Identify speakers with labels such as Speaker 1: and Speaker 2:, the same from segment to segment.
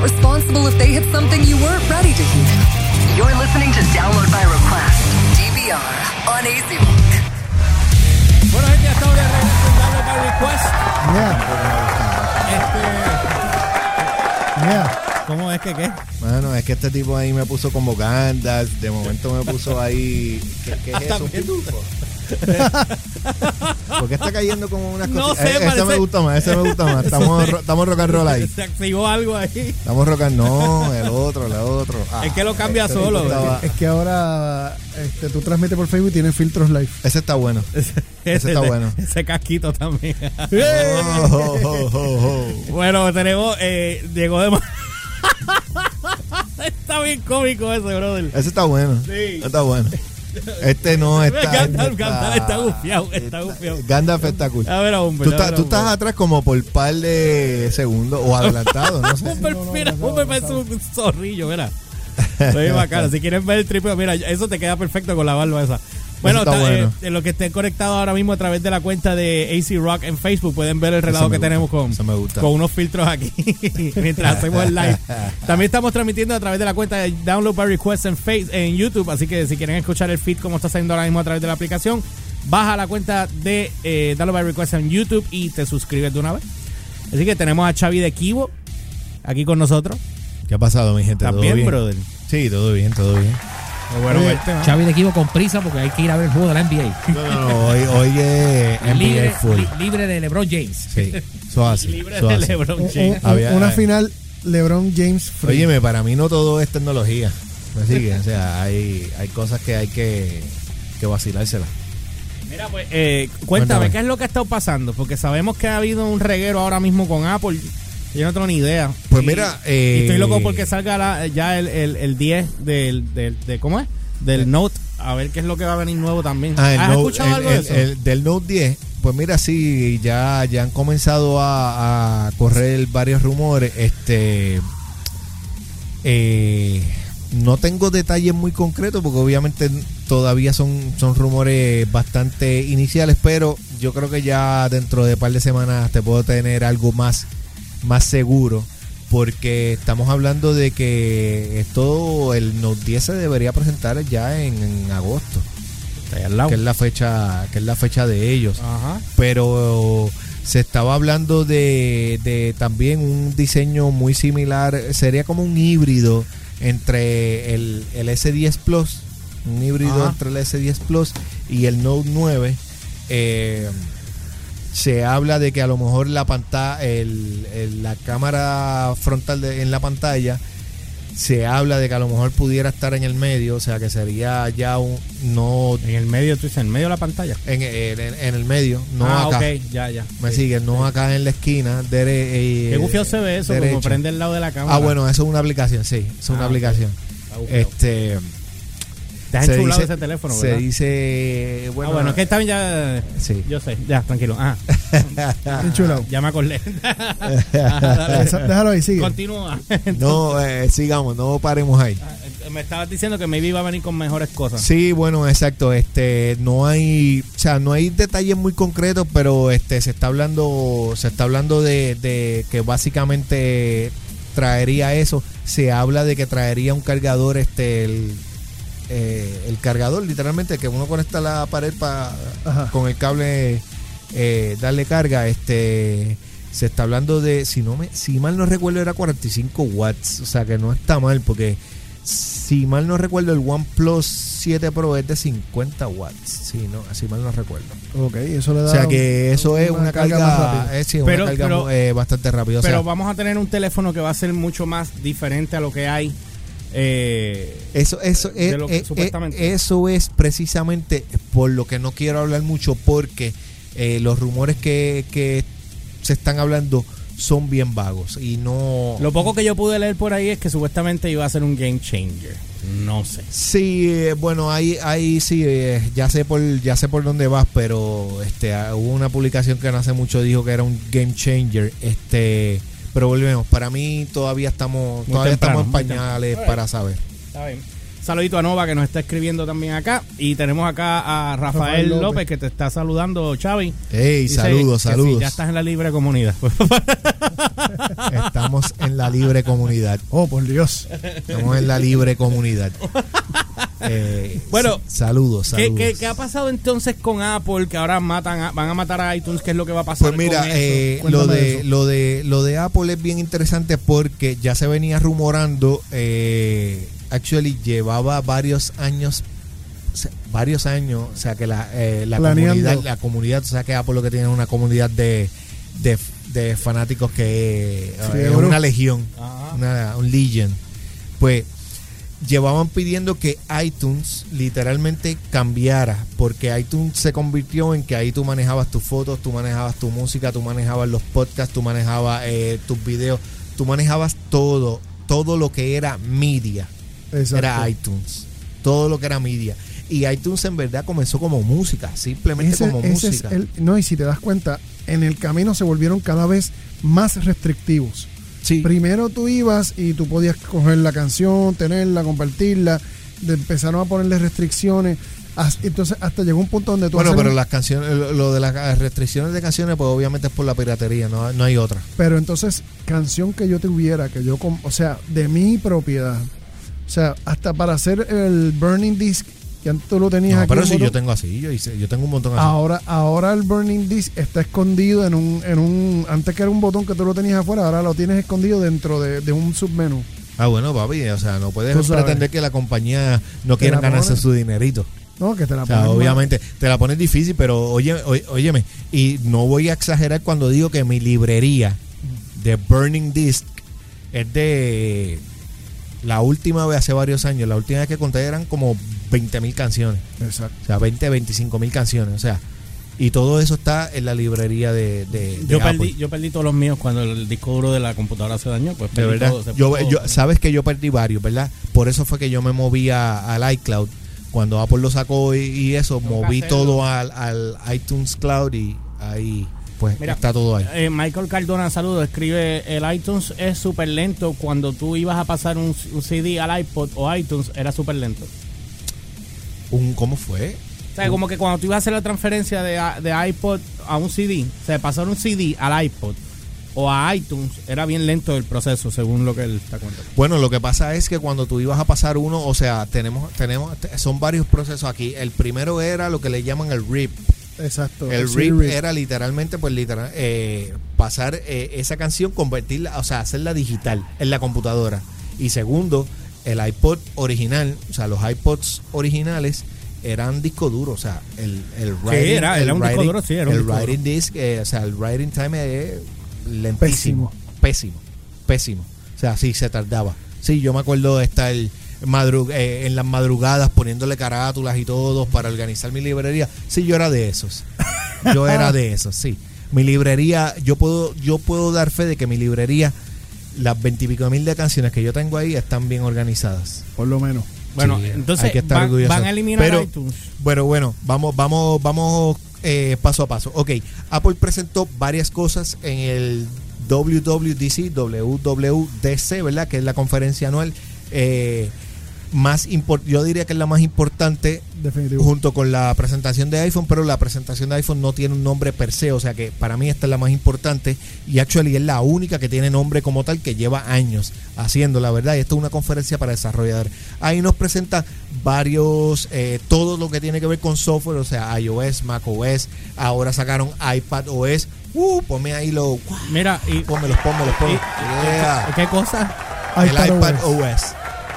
Speaker 1: responsible if they hit something you weren't ready to hear. You're listening to Download by Request, DVR, on AZMUK.
Speaker 2: Bueno, gente, ya estamos de regreso en Double by Request. Este, ¿Cómo es que qué?
Speaker 3: Este. Bueno, es que este tipo ahí me puso convocandas, de momento me puso ahí. ¿Qué, qué es eso? ¿Un
Speaker 2: También.
Speaker 3: pitufo? ¿Por qué está cayendo como unas
Speaker 2: No
Speaker 3: cosas? E-,
Speaker 2: sé, parece-
Speaker 3: ese me gusta más, ese me gusta más. Estamos, ro- estamos rock and roll ahí.
Speaker 2: Se activó algo ahí.
Speaker 3: Estamos rock and No, el otro, el otro. Ah,
Speaker 2: Es que lo cambia
Speaker 3: este tipo
Speaker 2: solo,
Speaker 3: estaba-
Speaker 4: Es que ahora este, tú transmites por Facebook y tienes filtros live.
Speaker 3: ese está bueno. Ese está bueno.
Speaker 2: Ese casquito también.
Speaker 3: Oh, oh, oh, oh, oh.
Speaker 2: Bueno, tenemos. Eh, llegó de. ma- Está bien cómico ese, brother.
Speaker 3: Ese está bueno.
Speaker 2: Sí.
Speaker 3: Está bueno. Este no está.
Speaker 2: Gandalf,
Speaker 3: este
Speaker 2: Gandalf está gufiado, está gufiado. Ah, pues
Speaker 3: Gandalf está cool.
Speaker 2: A ver, hombre.
Speaker 3: Tú,
Speaker 2: a
Speaker 3: estás-
Speaker 2: ver,
Speaker 3: tú
Speaker 2: hombre.
Speaker 3: estás atrás como por par de segundos o adelantado, no sé.
Speaker 2: Humber, mira, Humber parece un zorrillo, mira. Soy bacano. Si quieren ver el tripeo, mira, eso te queda perfecto con la barba esa. Bueno,
Speaker 3: está
Speaker 2: ta- eh,
Speaker 3: bueno.
Speaker 2: eh, los que estén conectados ahora mismo a través de la cuenta de AC Rock en Facebook pueden ver el relajo
Speaker 3: me
Speaker 2: que
Speaker 3: gusta,
Speaker 2: tenemos con,
Speaker 3: eso me gusta.
Speaker 2: con unos filtros aquí mientras hacemos el live. También estamos transmitiendo a través de la cuenta de Download by Request en, Face, en YouTube, así que si quieren escuchar el feed como está saliendo ahora mismo a través de la aplicación, baja la cuenta de eh, Download by Request en YouTube y te suscribes de una vez. Así que tenemos a Xavi de Kibo aquí con nosotros.
Speaker 3: ¿Qué ha pasado, mi gente?
Speaker 2: ¿Estás
Speaker 3: ¿Todo
Speaker 2: bien,
Speaker 3: bien,
Speaker 2: brother?
Speaker 3: Sí, todo bien, todo bien.
Speaker 2: bueno
Speaker 3: Oye,
Speaker 5: Xavi de equipo con prisa porque hay que ir a ver el juego de la NBA.
Speaker 3: No, no, no, hoy, hoy es NBA
Speaker 5: libre,
Speaker 3: full.
Speaker 5: li- libre de LeBron James.
Speaker 3: sí, eso hace.
Speaker 2: Libre
Speaker 3: eso
Speaker 2: de
Speaker 3: hace.
Speaker 2: LeBron
Speaker 4: Un-
Speaker 2: James.
Speaker 4: un-
Speaker 3: Había-
Speaker 4: una final LeBron James free.
Speaker 3: Óyeme, para mí no todo es tecnología. ¿Me sigue? O sea, hay, hay cosas que hay que, que vacilárselas.
Speaker 2: Mira, pues, eh, cuéntame,
Speaker 3: Cuéntame.
Speaker 2: ¿qué es lo que ha estado pasando? Porque sabemos que ha habido un reguero ahora mismo con Apple. Yo no tengo ni idea.
Speaker 3: Pues
Speaker 2: Y-
Speaker 3: mira,
Speaker 2: y
Speaker 3: eh,
Speaker 2: estoy loco porque salga la- ya el, el, el 10 del, del, de, ¿cómo es? Del Note. A ver qué es lo que va a venir nuevo también.
Speaker 3: Ah, el
Speaker 2: ¿Has
Speaker 3: Note-
Speaker 2: escuchado
Speaker 3: el-
Speaker 2: algo
Speaker 3: el-
Speaker 2: de eso?
Speaker 3: el- del Note 10, pues mira, sí, ya, ya han comenzado a, a correr varios rumores. Este, eh, no tengo detalles muy concretos porque obviamente todavía son, son rumores bastante iniciales, pero yo creo que ya dentro de un par de semanas te puedo tener algo más, más seguro. Porque estamos hablando de que esto, el Note 10 se debería presentar ya en- en agosto
Speaker 2: Está ahí al lado.
Speaker 3: que es la fecha que es la fecha de ellos
Speaker 2: Ajá.
Speaker 3: pero se estaba hablando de, de también un diseño muy similar sería como un híbrido entre el, el S10 Plus un híbrido
Speaker 2: Ajá.
Speaker 3: entre el S10 Plus y el Note 9 Eh, se habla de que a lo mejor la pantalla el- el- la cámara frontal de- en la pantalla se habla de que a lo mejor pudiera estar en el medio, o sea que sería ya un no
Speaker 2: En el medio, tú dices, en el medio de la pantalla.
Speaker 3: en, en- en el medio, no
Speaker 2: ah,
Speaker 3: acá.
Speaker 2: ok, ya, ya.
Speaker 3: Me
Speaker 2: Sí.
Speaker 3: siguen, no acá en la esquina. dere- eh,
Speaker 2: Qué gufiado se ve eso,
Speaker 3: derecha.
Speaker 2: como prende al lado de la cámara.
Speaker 3: Ah, bueno, eso es una aplicación, sí, es una
Speaker 2: Ah, ok.
Speaker 3: aplicación.
Speaker 2: Está gufiado.
Speaker 3: Este,
Speaker 2: Te has
Speaker 3: se
Speaker 2: enchulado
Speaker 3: dice-
Speaker 2: ese teléfono,
Speaker 3: Se
Speaker 2: ¿verdad?
Speaker 3: dice, bueno,
Speaker 2: ah, bueno, es que también ya...
Speaker 3: sí.
Speaker 2: Yo sé, ya, tranquilo. Ah,
Speaker 4: Enchulado.
Speaker 2: ya me acordé.
Speaker 4: Esa- Déjalo ahí, sigue.
Speaker 2: Continúa.
Speaker 3: No, eh, sigamos, no paremos ahí.
Speaker 2: Ah, Me estabas diciendo que maybe iba a venir con mejores cosas.
Speaker 3: Sí, bueno, exacto. Este, no hay, o sea, no hay detalles muy concretos, pero este se está hablando, se está hablando de, de que básicamente traería eso. Se habla de que traería un cargador, este, el, eh, el cargador, literalmente, que uno conecta a la pared para
Speaker 4: Ajá.
Speaker 3: con el cable eh, darle carga. Este, se está hablando de, si no me, si mal no recuerdo, era 45 watts, o sea que no está mal porque si mal no recuerdo, el OnePlus 7 Pro es de 50 watts. Si, no, si mal no recuerdo.
Speaker 4: Ok, eso le da.
Speaker 3: O sea que eso es una carga,
Speaker 4: más rápida.
Speaker 3: eh, sí, una
Speaker 2: Pero-
Speaker 3: carga,
Speaker 2: pero-
Speaker 3: eh, bastante rápida. O sea,
Speaker 2: Pero vamos a tener un teléfono que va a ser mucho más diferente a lo que hay. eh,
Speaker 3: eso, eso,
Speaker 2: de
Speaker 3: eh,
Speaker 2: lo que
Speaker 3: eh,
Speaker 2: supuestamente.
Speaker 3: eh, eso es precisamente por lo que no quiero hablar mucho porque eh, los rumores que, que se están hablando son bien vagos y no...
Speaker 2: lo poco que yo pude leer por ahí es que supuestamente iba a ser un game changer. No sé.
Speaker 3: Sí, eh, bueno, ahí, ahí sí, eh, ya sé por, ya sé por dónde vas, pero este, ah, hubo una publicación que no hace mucho dijo que era un game changer, este, pero volvemos. Para mí todavía estamos,
Speaker 2: Muy
Speaker 3: todavía
Speaker 2: temprano,
Speaker 3: estamos en
Speaker 2: muy temprano.
Speaker 3: pañales para saber.
Speaker 2: Está bien. Saludito a Nova que nos está escribiendo también acá. Y tenemos acá a Rafael,
Speaker 4: Rafael
Speaker 2: López.
Speaker 4: López.
Speaker 2: que te está saludando, Xavi.
Speaker 3: Ey,
Speaker 2: Dice
Speaker 3: saludos,
Speaker 2: que
Speaker 3: saludos.
Speaker 2: si ya estás en la libre comunidad.
Speaker 3: Estamos en la libre comunidad.
Speaker 4: Oh, por Dios.
Speaker 3: Estamos en la libre comunidad. Eh,
Speaker 2: Bueno,
Speaker 3: s-
Speaker 2: ¿Qué,
Speaker 3: saludos, saludos.
Speaker 2: qué, qué ha pasado entonces con Apple que ahora matan a- van a matar a iTunes? ¿Qué es lo que va a pasar?
Speaker 3: Pues mira,
Speaker 2: con eso?
Speaker 3: eh, lo,
Speaker 4: Cuéntame
Speaker 3: de,
Speaker 4: eso.
Speaker 3: lo, de, lo de Apple es bien interesante porque ya se venía rumorando, eh, actually llevaba varios años, o sea, varios años, o sea que la, eh, la
Speaker 4: Planeando.
Speaker 3: comunidad, la comunidad, o sea que Apple lo que tiene es una comunidad de, de, de fanáticos que eh,
Speaker 4: Sí,
Speaker 3: es
Speaker 4: seguro.
Speaker 3: una legión,
Speaker 2: Ajá.
Speaker 3: una, un legion. Pues llevaban pidiendo que iTunes literalmente cambiara, porque iTunes se convirtió en que ahí tú manejabas tus fotos, tú manejabas tu música, tú manejabas los podcasts, tú manejabas eh, tus videos, tú manejabas todo, todo lo que era media,
Speaker 4: Exacto.
Speaker 3: era iTunes, todo lo que era media. Y iTunes en verdad comenzó como música, simplemente
Speaker 4: Ese-
Speaker 3: como
Speaker 4: ese es
Speaker 3: música.
Speaker 4: el- no, y si te das cuenta, en el camino se volvieron cada vez más restrictivos.
Speaker 3: Sí.
Speaker 4: Primero tú ibas y tú podías coger la canción, tenerla, compartirla. de- empezaron a ponerle restricciones. As- entonces, hasta llegó un punto donde tú.
Speaker 3: Bueno,
Speaker 4: haces-
Speaker 3: pero las canciones, lo lo de las restricciones de canciones, pues obviamente es por la piratería, no, no hay otra.
Speaker 4: pero entonces, canción que yo tuviera, que yo. com- O sea, de mi propiedad. O sea, hasta para hacer el Burning Disc, que antes tú lo tenías
Speaker 3: No,
Speaker 4: aquí. Ah.
Speaker 3: pero
Speaker 4: en
Speaker 3: si yo
Speaker 4: botón,
Speaker 3: tengo así, yo, hice- yo tengo un montón así.
Speaker 4: Ahora, ahora el Burning Disc está escondido en un, en un. Antes que era un botón que tú lo tenías afuera, ahora lo tienes escondido dentro de, de un submenú.
Speaker 3: Ah, bueno, papi, o sea, no puedes
Speaker 4: Tú sabes.
Speaker 3: pretender que la compañía no
Speaker 4: Te
Speaker 3: quiera
Speaker 4: la
Speaker 3: ganarse
Speaker 4: ponen.
Speaker 3: su dinerito.
Speaker 4: No, que te la
Speaker 3: O sea,
Speaker 4: ponen mal.
Speaker 3: obviamente, te la pones difícil, pero oye, oye- óyeme, y no voy a exagerar cuando digo que mi librería de Burning Disc es de la última vez, hace varios años, la última vez que conté eran como 20 mil canciones,
Speaker 4: Exacto.
Speaker 3: o sea, 20, 25 mil canciones, o sea, y todo eso está en la librería de, de, de
Speaker 2: yo,
Speaker 3: Apple.
Speaker 2: perdí, yo perdí todos los míos cuando el disco duro de la computadora se dañó. Pues
Speaker 3: De
Speaker 2: perdí
Speaker 3: verdad.
Speaker 2: todo, se fue
Speaker 3: yo, eh,
Speaker 2: todo.
Speaker 3: yo- sabes que yo perdí varios, ¿verdad? Por eso fue que yo me moví a- al iCloud. Cuando Apple lo sacó y, y eso, moví
Speaker 2: hacerlo.
Speaker 3: todo al, al iTunes Cloud y ahí, pues
Speaker 2: Mira,
Speaker 3: está todo ahí.
Speaker 2: Eh, Michael Cardona, saludos. Escribe: el iTunes es súper lento. Cuando tú ibas a pasar un, un CD al iPod o iTunes, era súper lento.
Speaker 3: Un, ¿Cómo fue?
Speaker 2: O sea, como que cuando tú ibas a hacer la transferencia de, a- de iPod a un CD, o sea, pasar un CD al iPod o a iTunes, era bien lento el proceso, según lo que él está contando.
Speaker 3: Bueno, lo que pasa es que cuando tú ibas a pasar uno, o sea, tenemos, tenemos, te- son varios procesos aquí. El primero era lo que le llaman el RIP.
Speaker 4: Exacto.
Speaker 3: El
Speaker 4: Sí,
Speaker 3: RIP era literalmente, pues literal, eh, pasar eh, esa canción, convertirla, o sea, hacerla digital en la computadora. Y segundo, el iPod original, o sea, los iPods originales eran disco duro, o sea, el, el
Speaker 2: era- era un disco duro, sí, era un
Speaker 3: el
Speaker 2: disco
Speaker 3: writing disc, eh, o sea, el writing time es lentísimo, pésimo, pésimo, O sea, sí, se tardaba. Sí, yo me acuerdo de estar madru- eh, en las madrugadas poniéndole carátulas y todo para organizar mi librería. Sí, yo era de esos. Yo era de esos, sí. Mi librería, yo puedo, yo puedo dar fe de que mi librería, las veintipico mil de canciones que yo tengo ahí están bien organizadas.
Speaker 4: Por lo menos.
Speaker 2: Bueno,
Speaker 3: Sí,
Speaker 2: entonces
Speaker 3: hay que estar
Speaker 2: van- van,
Speaker 3: orgullosos.
Speaker 2: a eliminar
Speaker 3: Pero,
Speaker 2: iTunes.
Speaker 3: Bueno, bueno, vamos, vamos, vamos eh, paso a paso. Ok, Apple presentó varias cosas en el WWDC, WWDC, ¿verdad? Que es la conferencia anual eh, más impor- yo diría que es la más importante
Speaker 4: Definitivo.
Speaker 3: junto con la presentación de iPhone, pero la presentación de iPhone no tiene un nombre per se, o sea que para mí esta es la más importante y actually es la única que tiene nombre como tal que lleva años haciendo, la verdad, y esto es una conferencia para desarrolladores. Ahí nos presenta varios, eh, todo lo que tiene que ver con software, o sea, iOS, macOS, ahora sacaron iPadOS, uh, ponme ahí los,
Speaker 2: Mira, y,
Speaker 3: pónmelos, pónmelos,
Speaker 2: y-
Speaker 3: pónmelos.
Speaker 2: ¿qué-
Speaker 3: Yeah.
Speaker 2: ¿qué cosa?
Speaker 3: El
Speaker 4: iPadOS.
Speaker 3: iPadOS.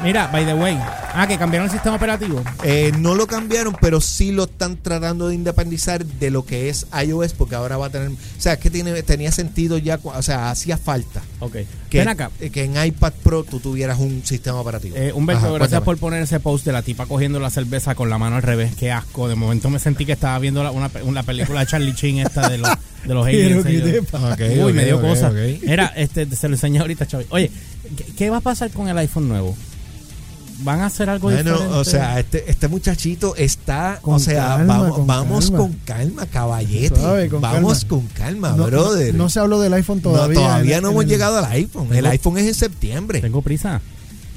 Speaker 2: Mira, by the way. Ah, que cambiaron el sistema operativo.
Speaker 3: Eh, no lo cambiaron, pero sí lo están tratando de independizar de lo que es iOS, porque ahora va a tener. O sea, es que tiene, tenía sentido ya, cu- o sea, hacía falta
Speaker 2: Ok.
Speaker 3: que,
Speaker 2: Ven acá.
Speaker 3: eh, que en iPad Pro tú tuvieras un sistema operativo.
Speaker 2: Eh, Humberto,
Speaker 3: Ajá,
Speaker 2: gracias
Speaker 3: cuéntame.
Speaker 2: por poner ese post de la tipa cogiendo la cerveza con la mano al revés. Qué asco. De momento me sentí que estaba viendo la, una, pe- una película de Charlie Chin esta de los, de los aliens.
Speaker 4: que
Speaker 2: Yo-
Speaker 4: te
Speaker 3: Ok,
Speaker 2: Uy,
Speaker 3: ok,
Speaker 2: me dio
Speaker 3: ok,
Speaker 2: cosas.
Speaker 3: ok.
Speaker 2: Mira, este, se lo enseñé ahorita, Chavi. Oye, ¿qué, qué va a pasar con el iPhone nuevo? ¿Van a hacer algo
Speaker 3: Bueno,
Speaker 2: diferente?
Speaker 3: o sea, este, este muchachito está, o
Speaker 4: Con
Speaker 3: sea,
Speaker 4: calma,
Speaker 3: vamos,
Speaker 4: con
Speaker 3: vamos
Speaker 4: calma.
Speaker 3: con calma, caballete.
Speaker 4: Suave, con
Speaker 3: vamos
Speaker 4: calma.
Speaker 3: con calma,
Speaker 4: No-
Speaker 3: brother.
Speaker 4: No, no se habló del iPhone
Speaker 3: No,
Speaker 4: todavía.
Speaker 3: todavía
Speaker 4: en-
Speaker 3: no
Speaker 4: en
Speaker 3: hemos
Speaker 4: el-
Speaker 3: llegado al iPhone. El
Speaker 2: Tengo-
Speaker 3: iPhone es en septiembre.
Speaker 2: Tengo prisa.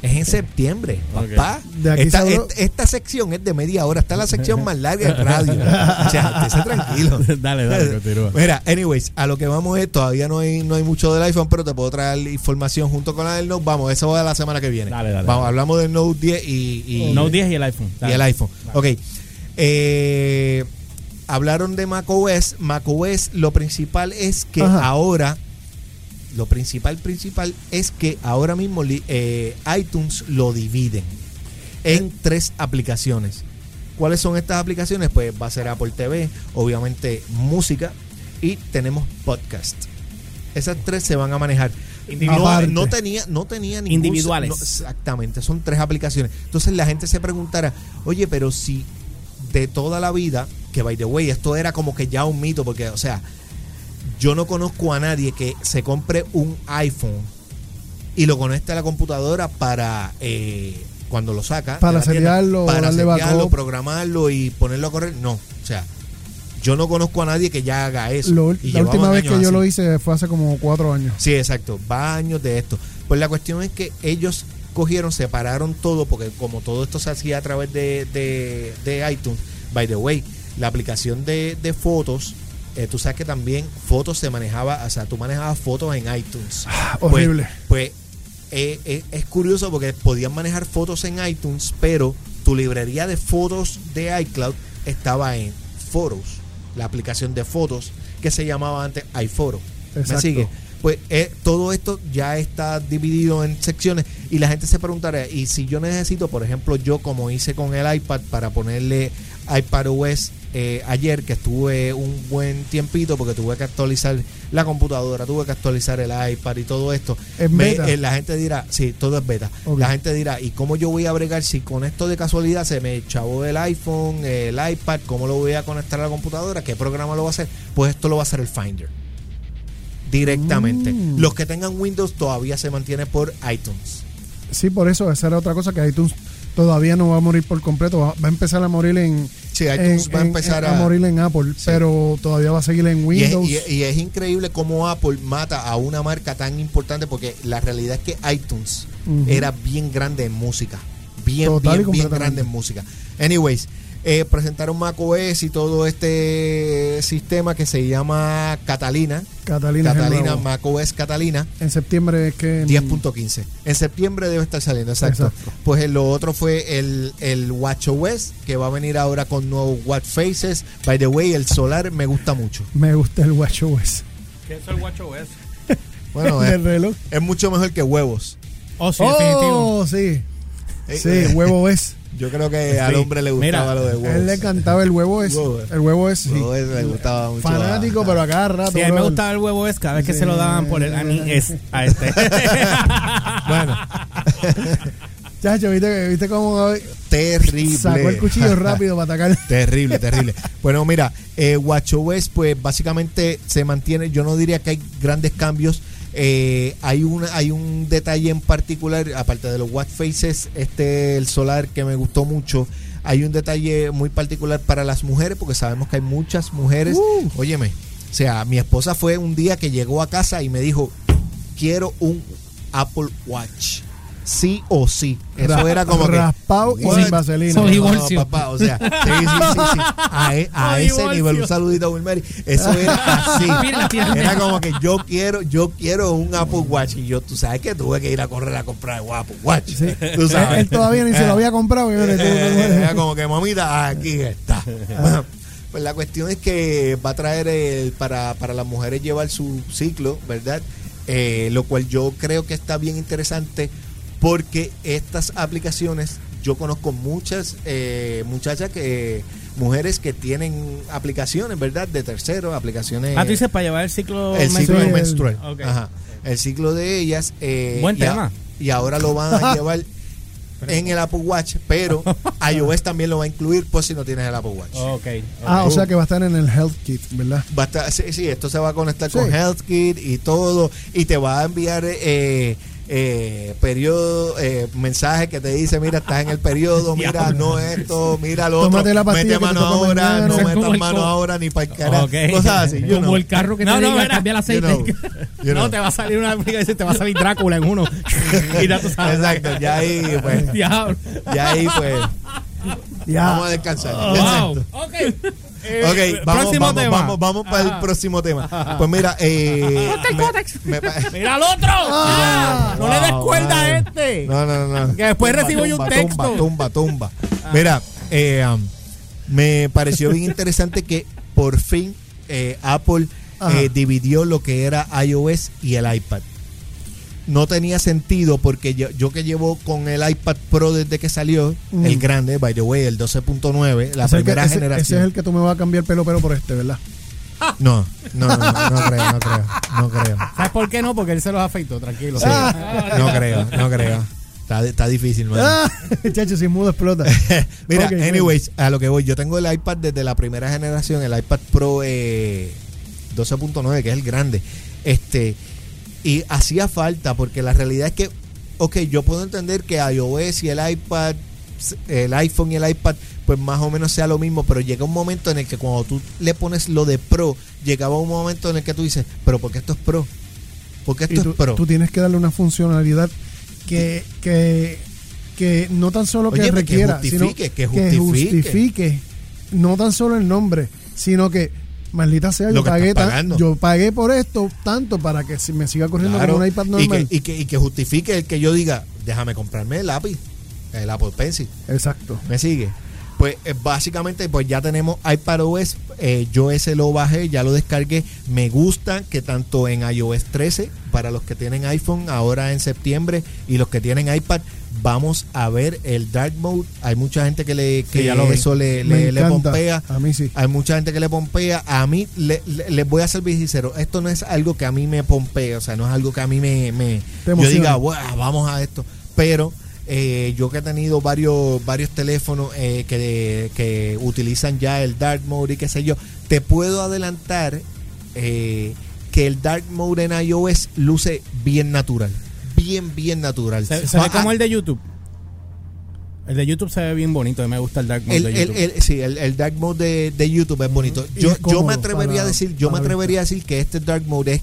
Speaker 3: Es en septiembre, papá.
Speaker 4: De aquí
Speaker 3: esta,
Speaker 4: se habló-
Speaker 3: est- esta sección es de media hora. Está la sección más larga de radio. o sea, esté tranquilo.
Speaker 2: Dale, dale, continúa.
Speaker 3: Mira, anyways, a lo que vamos es, todavía no hay, no hay mucho del iPhone, pero te puedo traer información junto con la del Note. Vamos, eso va la semana que viene.
Speaker 2: Dale, dale,
Speaker 3: Vamos,
Speaker 2: dale.
Speaker 3: hablamos del Note 10 y... y-
Speaker 2: Note 10 y el iPhone.
Speaker 3: y el iPhone. Ok. Eh, hablaron de macOS. macOS, lo principal es que
Speaker 4: Ajá.
Speaker 3: ahora. Lo principal, principal es que ahora mismo li- eh, iTunes lo dividen
Speaker 4: Eh.
Speaker 3: en tres aplicaciones. ¿Cuáles son estas aplicaciones? Pues va a ser Apple TV, obviamente música y tenemos podcast. Esas tres se van a manejar. No,
Speaker 4: Aparte.
Speaker 3: no tenía, no tenía ningún-
Speaker 2: Individuales.
Speaker 3: no, exactamente, son tres aplicaciones. Entonces la gente se preguntará, oye, pero si de toda la vida, que by the way, esto era como que ya un mito, porque, o sea, yo no conozco a nadie que se compre un iPhone y lo conecte a la computadora para eh, cuando lo saca. de
Speaker 4: Para
Speaker 3: la tienda,
Speaker 4: seriarlo,
Speaker 3: para
Speaker 4: darle
Speaker 3: seriarlo,
Speaker 4: backup.
Speaker 3: programarlo y ponerlo a correr. No, o sea, yo no conozco a nadie que ya haga eso.
Speaker 4: Lo-
Speaker 3: Y
Speaker 4: la
Speaker 3: llevamos
Speaker 4: última vez que
Speaker 3: años
Speaker 4: yo lo
Speaker 3: así.
Speaker 4: hice fue hace como cuatro años.
Speaker 3: Sí, exacto. Va años de esto. Pues la cuestión es que ellos cogieron, separaron todo, porque como todo esto se hacía a través de, de- de iTunes, by the way, la aplicación de, de fotos, eh, tú sabes que también fotos se manejaba, o sea, tú manejabas fotos en iTunes. Pues-
Speaker 4: horrible.
Speaker 3: Pues, eh, eh, es curioso porque podían manejar fotos en iTunes, pero tu librería de fotos de iCloud estaba en Foros, la aplicación de fotos que se llamaba antes iPhoto. ¿Me
Speaker 4: Exacto.
Speaker 3: sigue? Pues eh, todo esto ya está dividido en secciones y la gente se preguntará, ¿y si yo necesito, por ejemplo, yo como hice con el iPad para ponerle iPadOS eh, ayer, que estuve un buen tiempito porque tuve que actualizar la computadora, tuve que actualizar el iPad y todo esto?
Speaker 4: ¿Es
Speaker 3: Me-
Speaker 4: beta?
Speaker 3: eh, la gente dirá, sí, todo es beta.
Speaker 4: Ok.
Speaker 3: La gente dirá, ¿y cómo yo voy a bregar si con esto de casualidad se me chavó el iPhone, el iPad, cómo lo voy a conectar a la computadora? ¿Qué programa lo va a hacer? Pues esto lo va a hacer el Finder directamente.
Speaker 4: Mm.
Speaker 3: Los que tengan Windows todavía se mantiene por iTunes.
Speaker 4: Sí, por eso, esa era otra cosa que iTunes todavía no va a morir por completo. Va, va a empezar a morir en.
Speaker 3: Sí, iTunes va a empezar a-
Speaker 4: morir en Apple,
Speaker 3: Sí.
Speaker 4: pero todavía va a seguir en
Speaker 3: Y es,
Speaker 4: Windows.
Speaker 3: y es- y es increíble cómo Apple mata a una marca tan importante porque la realidad es que iTunes
Speaker 4: Ujú.
Speaker 3: era bien grande en música. Bien,
Speaker 4: Total y
Speaker 3: bien, bien
Speaker 4: completamente.
Speaker 3: grande en música. Anyways, eh, presentaron macOS y todo este sistema que se llama Catalina.
Speaker 4: Catalina, es el
Speaker 3: Catalina,
Speaker 4: nuevo.
Speaker 3: macOS Catalina.
Speaker 4: En septiembre es que.
Speaker 3: 10.15. En septiembre debe estar saliendo, exacto.
Speaker 4: Exacto.
Speaker 3: Pues eh, lo otro fue el, el WatchOS, que va a venir ahora con nuevos Watch Faces. By the way, el solar me gusta mucho.
Speaker 4: Me gusta el WatchOS.
Speaker 2: ¿Qué es el WatchOS?
Speaker 3: Bueno, eh.
Speaker 4: el
Speaker 3: es,
Speaker 4: reloj.
Speaker 3: es mucho mejor que huevos.
Speaker 2: Oh, sí, definitivo.
Speaker 4: Oh, sí.
Speaker 3: Eh,
Speaker 4: Sí, huevo es.
Speaker 3: Yo creo que al
Speaker 2: Sí.
Speaker 3: hombre le
Speaker 2: Mira,
Speaker 3: gustaba lo de
Speaker 4: A él le
Speaker 3: huevos.
Speaker 4: encantaba el huevo es.
Speaker 3: Huevo es.
Speaker 4: El huevo es, sí.
Speaker 3: Huevo es, le gustaba mucho.
Speaker 4: Fanático,
Speaker 3: a-
Speaker 4: pero acá a rato.
Speaker 2: Sí, a mí me
Speaker 4: brother.
Speaker 2: gustaba el huevo es cada vez que se lo daban por el a mí es a este. bueno.
Speaker 4: Chacho, ¿viste, viste cómo hoy
Speaker 3: Terrible.
Speaker 4: sacó el cuchillo rápido para atacar?
Speaker 3: Terrible, terrible. Bueno, mira, eh, WatchOS, pues básicamente se mantiene. Yo no diría que hay grandes cambios. Eh, hay, una, hay un detalle en particular, aparte de los Watch Faces, este, el solar que me gustó mucho. Hay un detalle muy particular para las mujeres, porque sabemos que hay muchas mujeres.
Speaker 4: Uh.
Speaker 3: Óyeme, o sea, mi esposa fue un día que llegó a casa y me dijo: Quiero un Apple Watch. Sí o sí. Eso
Speaker 4: Ra-
Speaker 3: era como que.
Speaker 4: raspado y
Speaker 3: "What?"
Speaker 4: sin vaselina.
Speaker 5: Son
Speaker 3: No,
Speaker 5: divorcio.
Speaker 3: papá, o sea, sí, sí, sí, sí. A, e- a
Speaker 2: No,
Speaker 3: ese
Speaker 2: divorcio.
Speaker 3: nivel, un saludito a Wilmary. Eso era así.
Speaker 5: Mira, mira, mira.
Speaker 3: Era como que yo quiero, yo quiero un Apple Watch. Y yo, tú sabes que tuve que ir a correr a comprar un Apple Watch.
Speaker 4: Sí.
Speaker 3: Tú sabes.
Speaker 4: Él, él todavía ni se lo había
Speaker 3: Eh,
Speaker 4: comprado. y yo le tuve-
Speaker 3: Era como que mamita, aquí está. Pues la cuestión es que va a traer el, para, para las mujeres llevar su ciclo, ¿verdad? Eh, lo cual yo creo que está bien interesante porque estas aplicaciones, yo conozco muchas eh, muchachas que, mujeres que tienen aplicaciones, ¿verdad? De terceros, aplicaciones.
Speaker 2: Ah, tú dices para llevar el ciclo
Speaker 3: el
Speaker 2: mensual.
Speaker 3: ciclo
Speaker 4: menstrual.
Speaker 3: menstrual.
Speaker 2: Ok.
Speaker 3: Ajá. El ciclo de ellas. eh,
Speaker 2: Buen
Speaker 3: y a-
Speaker 2: tema.
Speaker 3: y ahora lo van a llevar en el Apple Watch, pero iOS también lo va a incluir por si no tienes el Apple Watch.
Speaker 2: Ok.
Speaker 4: Ah,
Speaker 3: Uh.
Speaker 4: o sea que va a estar en el Health Kit, ¿verdad?
Speaker 3: Va a estar- sí, sí, esto se va a conectar con
Speaker 4: Sí.
Speaker 3: HealthKit y todo, y te va a enviar eh, eh, periodo, eh, mensajes que te dice, mira, estás en el periodo, mira, no esto, mira lo
Speaker 4: Tómate
Speaker 3: otro,
Speaker 4: la pastilla
Speaker 3: mete
Speaker 4: que te
Speaker 3: mano
Speaker 4: toca
Speaker 3: ahora,
Speaker 4: mañana.
Speaker 3: no
Speaker 4: Ese es
Speaker 5: como
Speaker 3: metas
Speaker 5: el
Speaker 3: mano
Speaker 5: co-
Speaker 3: ahora ni para el carajo,
Speaker 2: Ok.
Speaker 3: cosas así, you
Speaker 5: Como
Speaker 3: know,
Speaker 5: el carro que
Speaker 2: No,
Speaker 5: te
Speaker 2: no,
Speaker 5: diga
Speaker 2: era-
Speaker 5: cambia el
Speaker 3: you
Speaker 5: aceite.
Speaker 3: know, you know.
Speaker 2: No, te va a salir una aplicación te va a salir Drácula en uno. y ya tú sabes.
Speaker 3: Exacto, ya ahí, pues,
Speaker 5: Diablo.
Speaker 3: ya ahí, pues,
Speaker 4: Ya.
Speaker 3: vamos a descansar. Exacto.
Speaker 5: Wow. Ok.
Speaker 2: Oh, Eh,
Speaker 3: Ok, vamos,
Speaker 2: próximo
Speaker 3: vamos,
Speaker 2: tema.
Speaker 3: vamos, vamos para el próximo tema. Pues mira, eh, me- me pa-
Speaker 2: ¡Mira al otro! Ah, no le des
Speaker 3: Wow,
Speaker 2: cuerda
Speaker 3: mano.
Speaker 2: a este.
Speaker 3: No, no, no, no.
Speaker 2: Que después recibo yo un
Speaker 3: tumba,
Speaker 2: texto. Ah.
Speaker 3: Tumba, tumba, tumba. Mira, eh, um, me pareció bien interesante que por fin eh, Apple
Speaker 4: Ajá.
Speaker 3: eh, dividió lo que era iOS y el iPad. No tenía sentido porque yo, yo que llevo con el iPad Pro desde que salió,
Speaker 4: Mm.
Speaker 3: el grande, by the way, el 12.9, la
Speaker 4: Ese es el que-
Speaker 3: primera
Speaker 4: ese-
Speaker 3: generación.
Speaker 4: Ese es el que tú me vas a cambiar pelo pero por este, ¿verdad?
Speaker 3: No, no, no, no, no creo, no creo, no creo.
Speaker 2: ¿Sabes por qué no? Porque él se los afeitó, tranquilo.
Speaker 3: Sí,
Speaker 2: Ah.
Speaker 3: no creo, no creo. Está, está difícil, mano.
Speaker 4: Ah, chacho, si mudo explota.
Speaker 3: Mira,
Speaker 4: Ok,
Speaker 3: anyways, a lo que voy, yo tengo el iPad desde la primera generación, el iPad Pro eh, 12.9, que es el grande. Este, y hacía falta, porque la realidad es que, ok, yo puedo entender que iOS y el iPad, el iPhone y el iPad, pues más o menos sea lo mismo, pero llega un momento en el que cuando tú le pones lo de Pro, llegaba un momento en el que tú dices, pero ¿por qué esto es Pro? ¿Por qué
Speaker 4: Y
Speaker 3: esto
Speaker 4: tú,
Speaker 3: es Pro?
Speaker 4: tú tienes que darle una funcionalidad que, que, que no tan solo que
Speaker 3: Oye, que
Speaker 4: requiera,
Speaker 3: justifique,
Speaker 4: sino
Speaker 3: que justifique.
Speaker 4: justifique no tan solo el nombre, sino que maldita sea,
Speaker 3: Lo
Speaker 4: yo
Speaker 3: que estás
Speaker 4: pagué, tan-
Speaker 3: pagando.
Speaker 4: yo pagué por esto tanto para que si me siga corriendo
Speaker 3: Claro,
Speaker 4: con un iPad
Speaker 3: y
Speaker 4: normal.
Speaker 3: que, y, que, y que justifique el que yo diga, déjame comprarme el lápiz, el Apple Pencil.
Speaker 4: Exacto.
Speaker 3: ¿Me sigue? Pues eh, básicamente pues ya tenemos iPadOS, eh, yo ese lo bajé, ya lo descargué, me gusta que tanto en iOS 13, para los que tienen iPhone ahora en septiembre y los que tienen iPad, vamos a ver el Dark Mode, hay mucha gente que, le, que
Speaker 2: Sí, ya lo vi.
Speaker 3: eso le,
Speaker 4: Me
Speaker 3: le, le
Speaker 4: encanta.
Speaker 3: pompea,
Speaker 4: A mí sí.
Speaker 3: hay mucha gente que le pompea. A mí, le- le- les voy a ser bien sincero, esto no es algo que a mí me pompea, o sea, no es algo que a mí me. me-
Speaker 4: Te
Speaker 3: yo
Speaker 4: emociona.
Speaker 3: diga, "Wow, vamos a esto. Pero eh, yo que he tenido varios varios teléfonos eh, que, que utilizan ya el Dark Mode y qué sé yo, te puedo adelantar eh, que el Dark Mode en iOS luce bien natural. Bien, bien natural.
Speaker 2: Se, se ve
Speaker 3: Ah,
Speaker 2: como
Speaker 3: ah,
Speaker 2: el de YouTube. El de YouTube se ve bien bonito. A mí me gusta el Dark Mode
Speaker 3: el,
Speaker 2: de
Speaker 3: el-
Speaker 2: YouTube.
Speaker 3: el- sí, el, el dark mode de, de YouTube es bonito.
Speaker 4: Y
Speaker 3: Yo,
Speaker 4: es
Speaker 3: yo me
Speaker 4: cómodo
Speaker 3: atrevería
Speaker 4: para-
Speaker 3: a decir, yo me
Speaker 4: para
Speaker 3: atrevería a decir que este dark mode es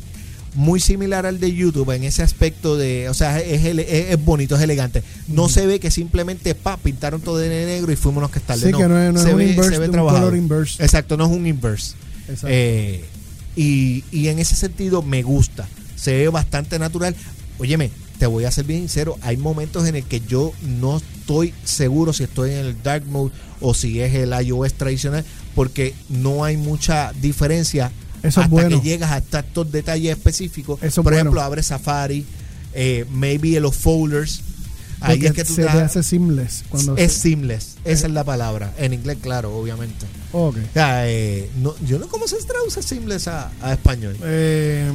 Speaker 3: muy similar al de YouTube en ese aspecto de, o sea, es, ele- es- es bonito, es elegante. No se ve que simplemente pa pintaron todo de negro y fuimos los que tal.
Speaker 4: Sí, que no es- no es
Speaker 3: se
Speaker 4: un
Speaker 3: ve,
Speaker 4: inverse
Speaker 3: se ve
Speaker 4: de un
Speaker 3: trabajado.
Speaker 4: color inverse.
Speaker 3: Exacto, no es un inverse.
Speaker 4: Exacto.
Speaker 3: Eh, y, y en ese sentido me gusta. Se ve bastante natural. Óyeme, te voy a ser bien sincero. Hay momentos en el que yo no estoy seguro si estoy en el dark mode o si es el iOS tradicional, porque no hay mucha diferencia
Speaker 4: Eso es
Speaker 3: hasta
Speaker 4: bueno.
Speaker 3: que llegas hasta estos detalles específicos.
Speaker 4: Eso es
Speaker 3: Por
Speaker 4: bueno.
Speaker 3: ejemplo, abre Safari, eh, maybe los folders. Ahí
Speaker 4: Porque
Speaker 3: es que tú
Speaker 4: se
Speaker 3: te
Speaker 4: te hace seamless cuando Eh,
Speaker 3: es seamless, esa es la palabra. En inglés, claro, obviamente.
Speaker 4: Ok.
Speaker 3: O sea, eh, no, yo no cómo se traduce seamless a, a español.
Speaker 4: Eh,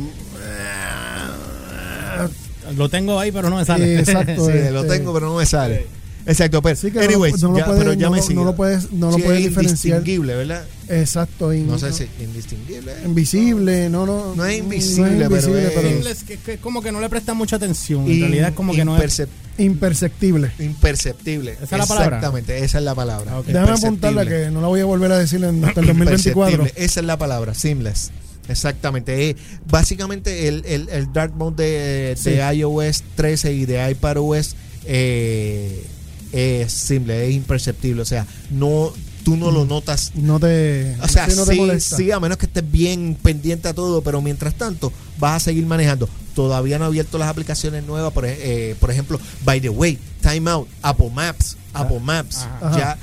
Speaker 2: Lo tengo ahí, pero no me sale.
Speaker 4: exacto.
Speaker 3: Sí,
Speaker 4: este,
Speaker 3: lo tengo, pero no me sale. Exacto, pero,
Speaker 4: Sí, que no lo-
Speaker 3: anyways,
Speaker 4: no lo
Speaker 3: ya,
Speaker 4: puedes-
Speaker 3: pero ya
Speaker 4: no
Speaker 3: me
Speaker 4: lo-
Speaker 3: sigue.
Speaker 4: no lo puedes- no lo
Speaker 3: Sí, es
Speaker 4: puedes diferenciar.
Speaker 3: Indistinguible, ¿verdad?
Speaker 4: Exacto. y-
Speaker 3: No sé si indistinguible.
Speaker 4: Invisible, no, no.
Speaker 3: No es invisible, pero es-
Speaker 2: Es que- que como que no le prestan mucha atención. En
Speaker 3: In-
Speaker 2: realidad es como que no es.
Speaker 3: impercep-
Speaker 4: imperceptible.
Speaker 3: Imperceptible.
Speaker 2: ¿Esa es la palabra?
Speaker 3: Exactamente, esa es la palabra.
Speaker 2: Ok.
Speaker 4: Ah, Déjame
Speaker 3: Imperceptible.
Speaker 4: apuntarla que no la voy a volver a decir en- hasta el 2024.
Speaker 3: Imperceptible. Esa es la palabra, seamless. Exactamente. Eh, básicamente el, el, el dark mode de, de iOS 13 y de iPadOS eh, es simple, es imperceptible. O sea, no, tú no lo notas.
Speaker 4: No te,
Speaker 3: O sea,
Speaker 4: sí, no te
Speaker 3: sí,
Speaker 4: molesta.
Speaker 3: sí, a menos que estés bien pendiente a todo, pero mientras tanto vas a seguir manejando. Todavía no he abierto las aplicaciones nuevas, por, ej- eh, por ejemplo, By the Way, Timeout, Apple Maps, Apple Maps.
Speaker 4: Ah, Ajá.
Speaker 3: Ya,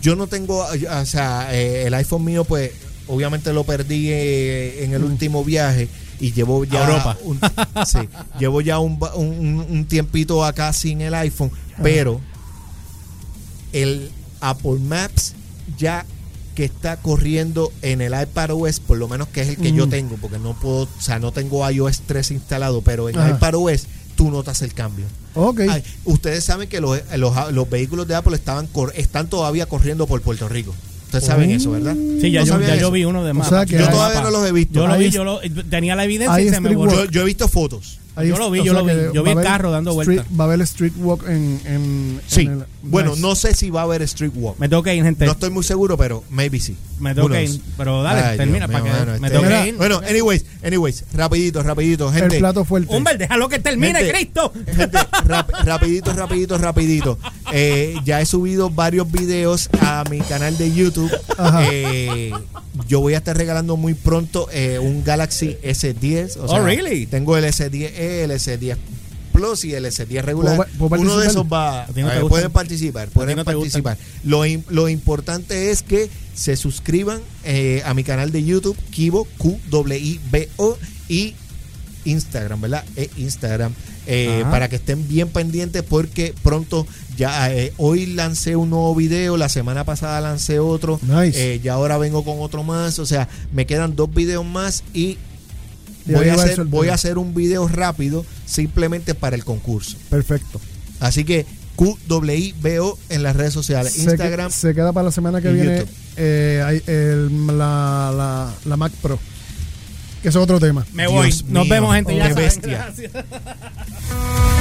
Speaker 3: yo no tengo, o sea, eh, el iPhone mío, pues, obviamente lo perdí eh,
Speaker 4: Mm.
Speaker 3: en el último viaje y llevo
Speaker 2: A
Speaker 3: ya
Speaker 2: Europa.
Speaker 3: un- sí, llevo ya un, ba- un- un- un tiempito acá sin el iPhone, pero el Apple Maps ya que está corriendo en el iPadOS, por lo menos que es el que yo
Speaker 4: Mm.
Speaker 3: tengo, porque no puedo, o sea, no tengo iOS 3 instalado, pero en
Speaker 4: Ajá.
Speaker 3: iPadOS tú notas el cambio.
Speaker 4: Ok.
Speaker 3: Ay, ustedes saben que los, los, los vehículos de Apple estaban cor- están todavía corriendo por Puerto Rico. Ustedes saben eso, ¿verdad?
Speaker 2: Sí, ya,
Speaker 3: ¿No
Speaker 2: yo,
Speaker 3: sabían
Speaker 2: ya yo
Speaker 3: eso?
Speaker 2: vi uno de
Speaker 4: O
Speaker 2: más.
Speaker 4: sea que
Speaker 3: Yo
Speaker 4: hay-
Speaker 3: todavía no los he visto.
Speaker 2: Yo lo
Speaker 4: Ahí
Speaker 2: vi,
Speaker 4: es-
Speaker 2: yo lo- eh, tenía la evidencia
Speaker 4: ahí
Speaker 2: y
Speaker 4: es
Speaker 2: se me
Speaker 4: Street
Speaker 2: borró.
Speaker 3: Yo, yo he visto fotos.
Speaker 2: Yo lo vi, yo lo vi.
Speaker 4: que
Speaker 2: Yo vi
Speaker 4: va a
Speaker 2: el
Speaker 4: haber
Speaker 2: carro dando
Speaker 4: street-
Speaker 2: vueltas.
Speaker 4: Va a haber street walk en. en-
Speaker 3: Sí.
Speaker 4: en el-
Speaker 3: bueno,
Speaker 4: nice.
Speaker 3: no sé si va a haber Street Walk.
Speaker 2: Me tengo que ir, gente.
Speaker 3: No estoy muy seguro, pero maybe sí.
Speaker 2: Me tengo
Speaker 3: Who
Speaker 2: que
Speaker 3: knows?
Speaker 2: ir, pero dale, termina
Speaker 3: Dios
Speaker 2: para
Speaker 3: mío,
Speaker 2: que-
Speaker 3: mano,
Speaker 2: me tengo
Speaker 4: que
Speaker 3: mira,
Speaker 2: ir.
Speaker 3: Bueno, anyways, anyways, rapidito, rapidito, gente.
Speaker 4: El plato fuerte.
Speaker 2: Humber, déjalo que termine,
Speaker 3: Gente,
Speaker 2: Cristo.
Speaker 3: gente, rap- rapidito, rapidito, rapidito. Eh, ya he subido varios videos a mi canal de YouTube.
Speaker 4: Ajá.
Speaker 3: Eh, yo voy a estar regalando muy pronto eh, un Galaxy S10. O
Speaker 2: Oh,
Speaker 3: sea,
Speaker 2: really?
Speaker 3: Tengo el S10E, el S10 Plus y el S10 regular.
Speaker 4: ¿Puedo- puedo
Speaker 3: Uno de
Speaker 4: participar?
Speaker 3: esos va.
Speaker 2: ti no te
Speaker 3: eh,
Speaker 2: gustan?
Speaker 3: pueden participar, pueden
Speaker 2: no te gustan?
Speaker 3: participar. Lo, im- lo importante es que se suscriban eh, a mi canal de YouTube, Kibo, Q-W-I-B-O, y Instagram, ¿verdad? Eh, Instagram. eh,
Speaker 2: Ajá.
Speaker 3: para que estén bien pendientes porque pronto ya eh, hoy lancé un nuevo video, la semana pasada lancé otro,
Speaker 4: Nice.
Speaker 3: eh, ya ahora vengo con otro más, o sea, me quedan dos videos más y
Speaker 4: Y ahí
Speaker 3: voy a,
Speaker 4: va el
Speaker 3: hacer,
Speaker 4: sorteo.
Speaker 3: voy a hacer un video rápido simplemente para el concurso.
Speaker 4: Perfecto.
Speaker 3: Así que QWIBO en las redes sociales,
Speaker 4: Se que-
Speaker 3: Instagram.
Speaker 4: Se, queda para la semana que
Speaker 3: y
Speaker 4: viene
Speaker 3: YouTube.
Speaker 4: eh, hay el- la, la, la Mac Pro. Que eso es otro tema.
Speaker 2: Me voy.
Speaker 3: Dios
Speaker 2: Nos
Speaker 3: mío,
Speaker 2: vemos, gente.
Speaker 3: qué
Speaker 2: ya saben.
Speaker 3: bestia.
Speaker 2: Gracias.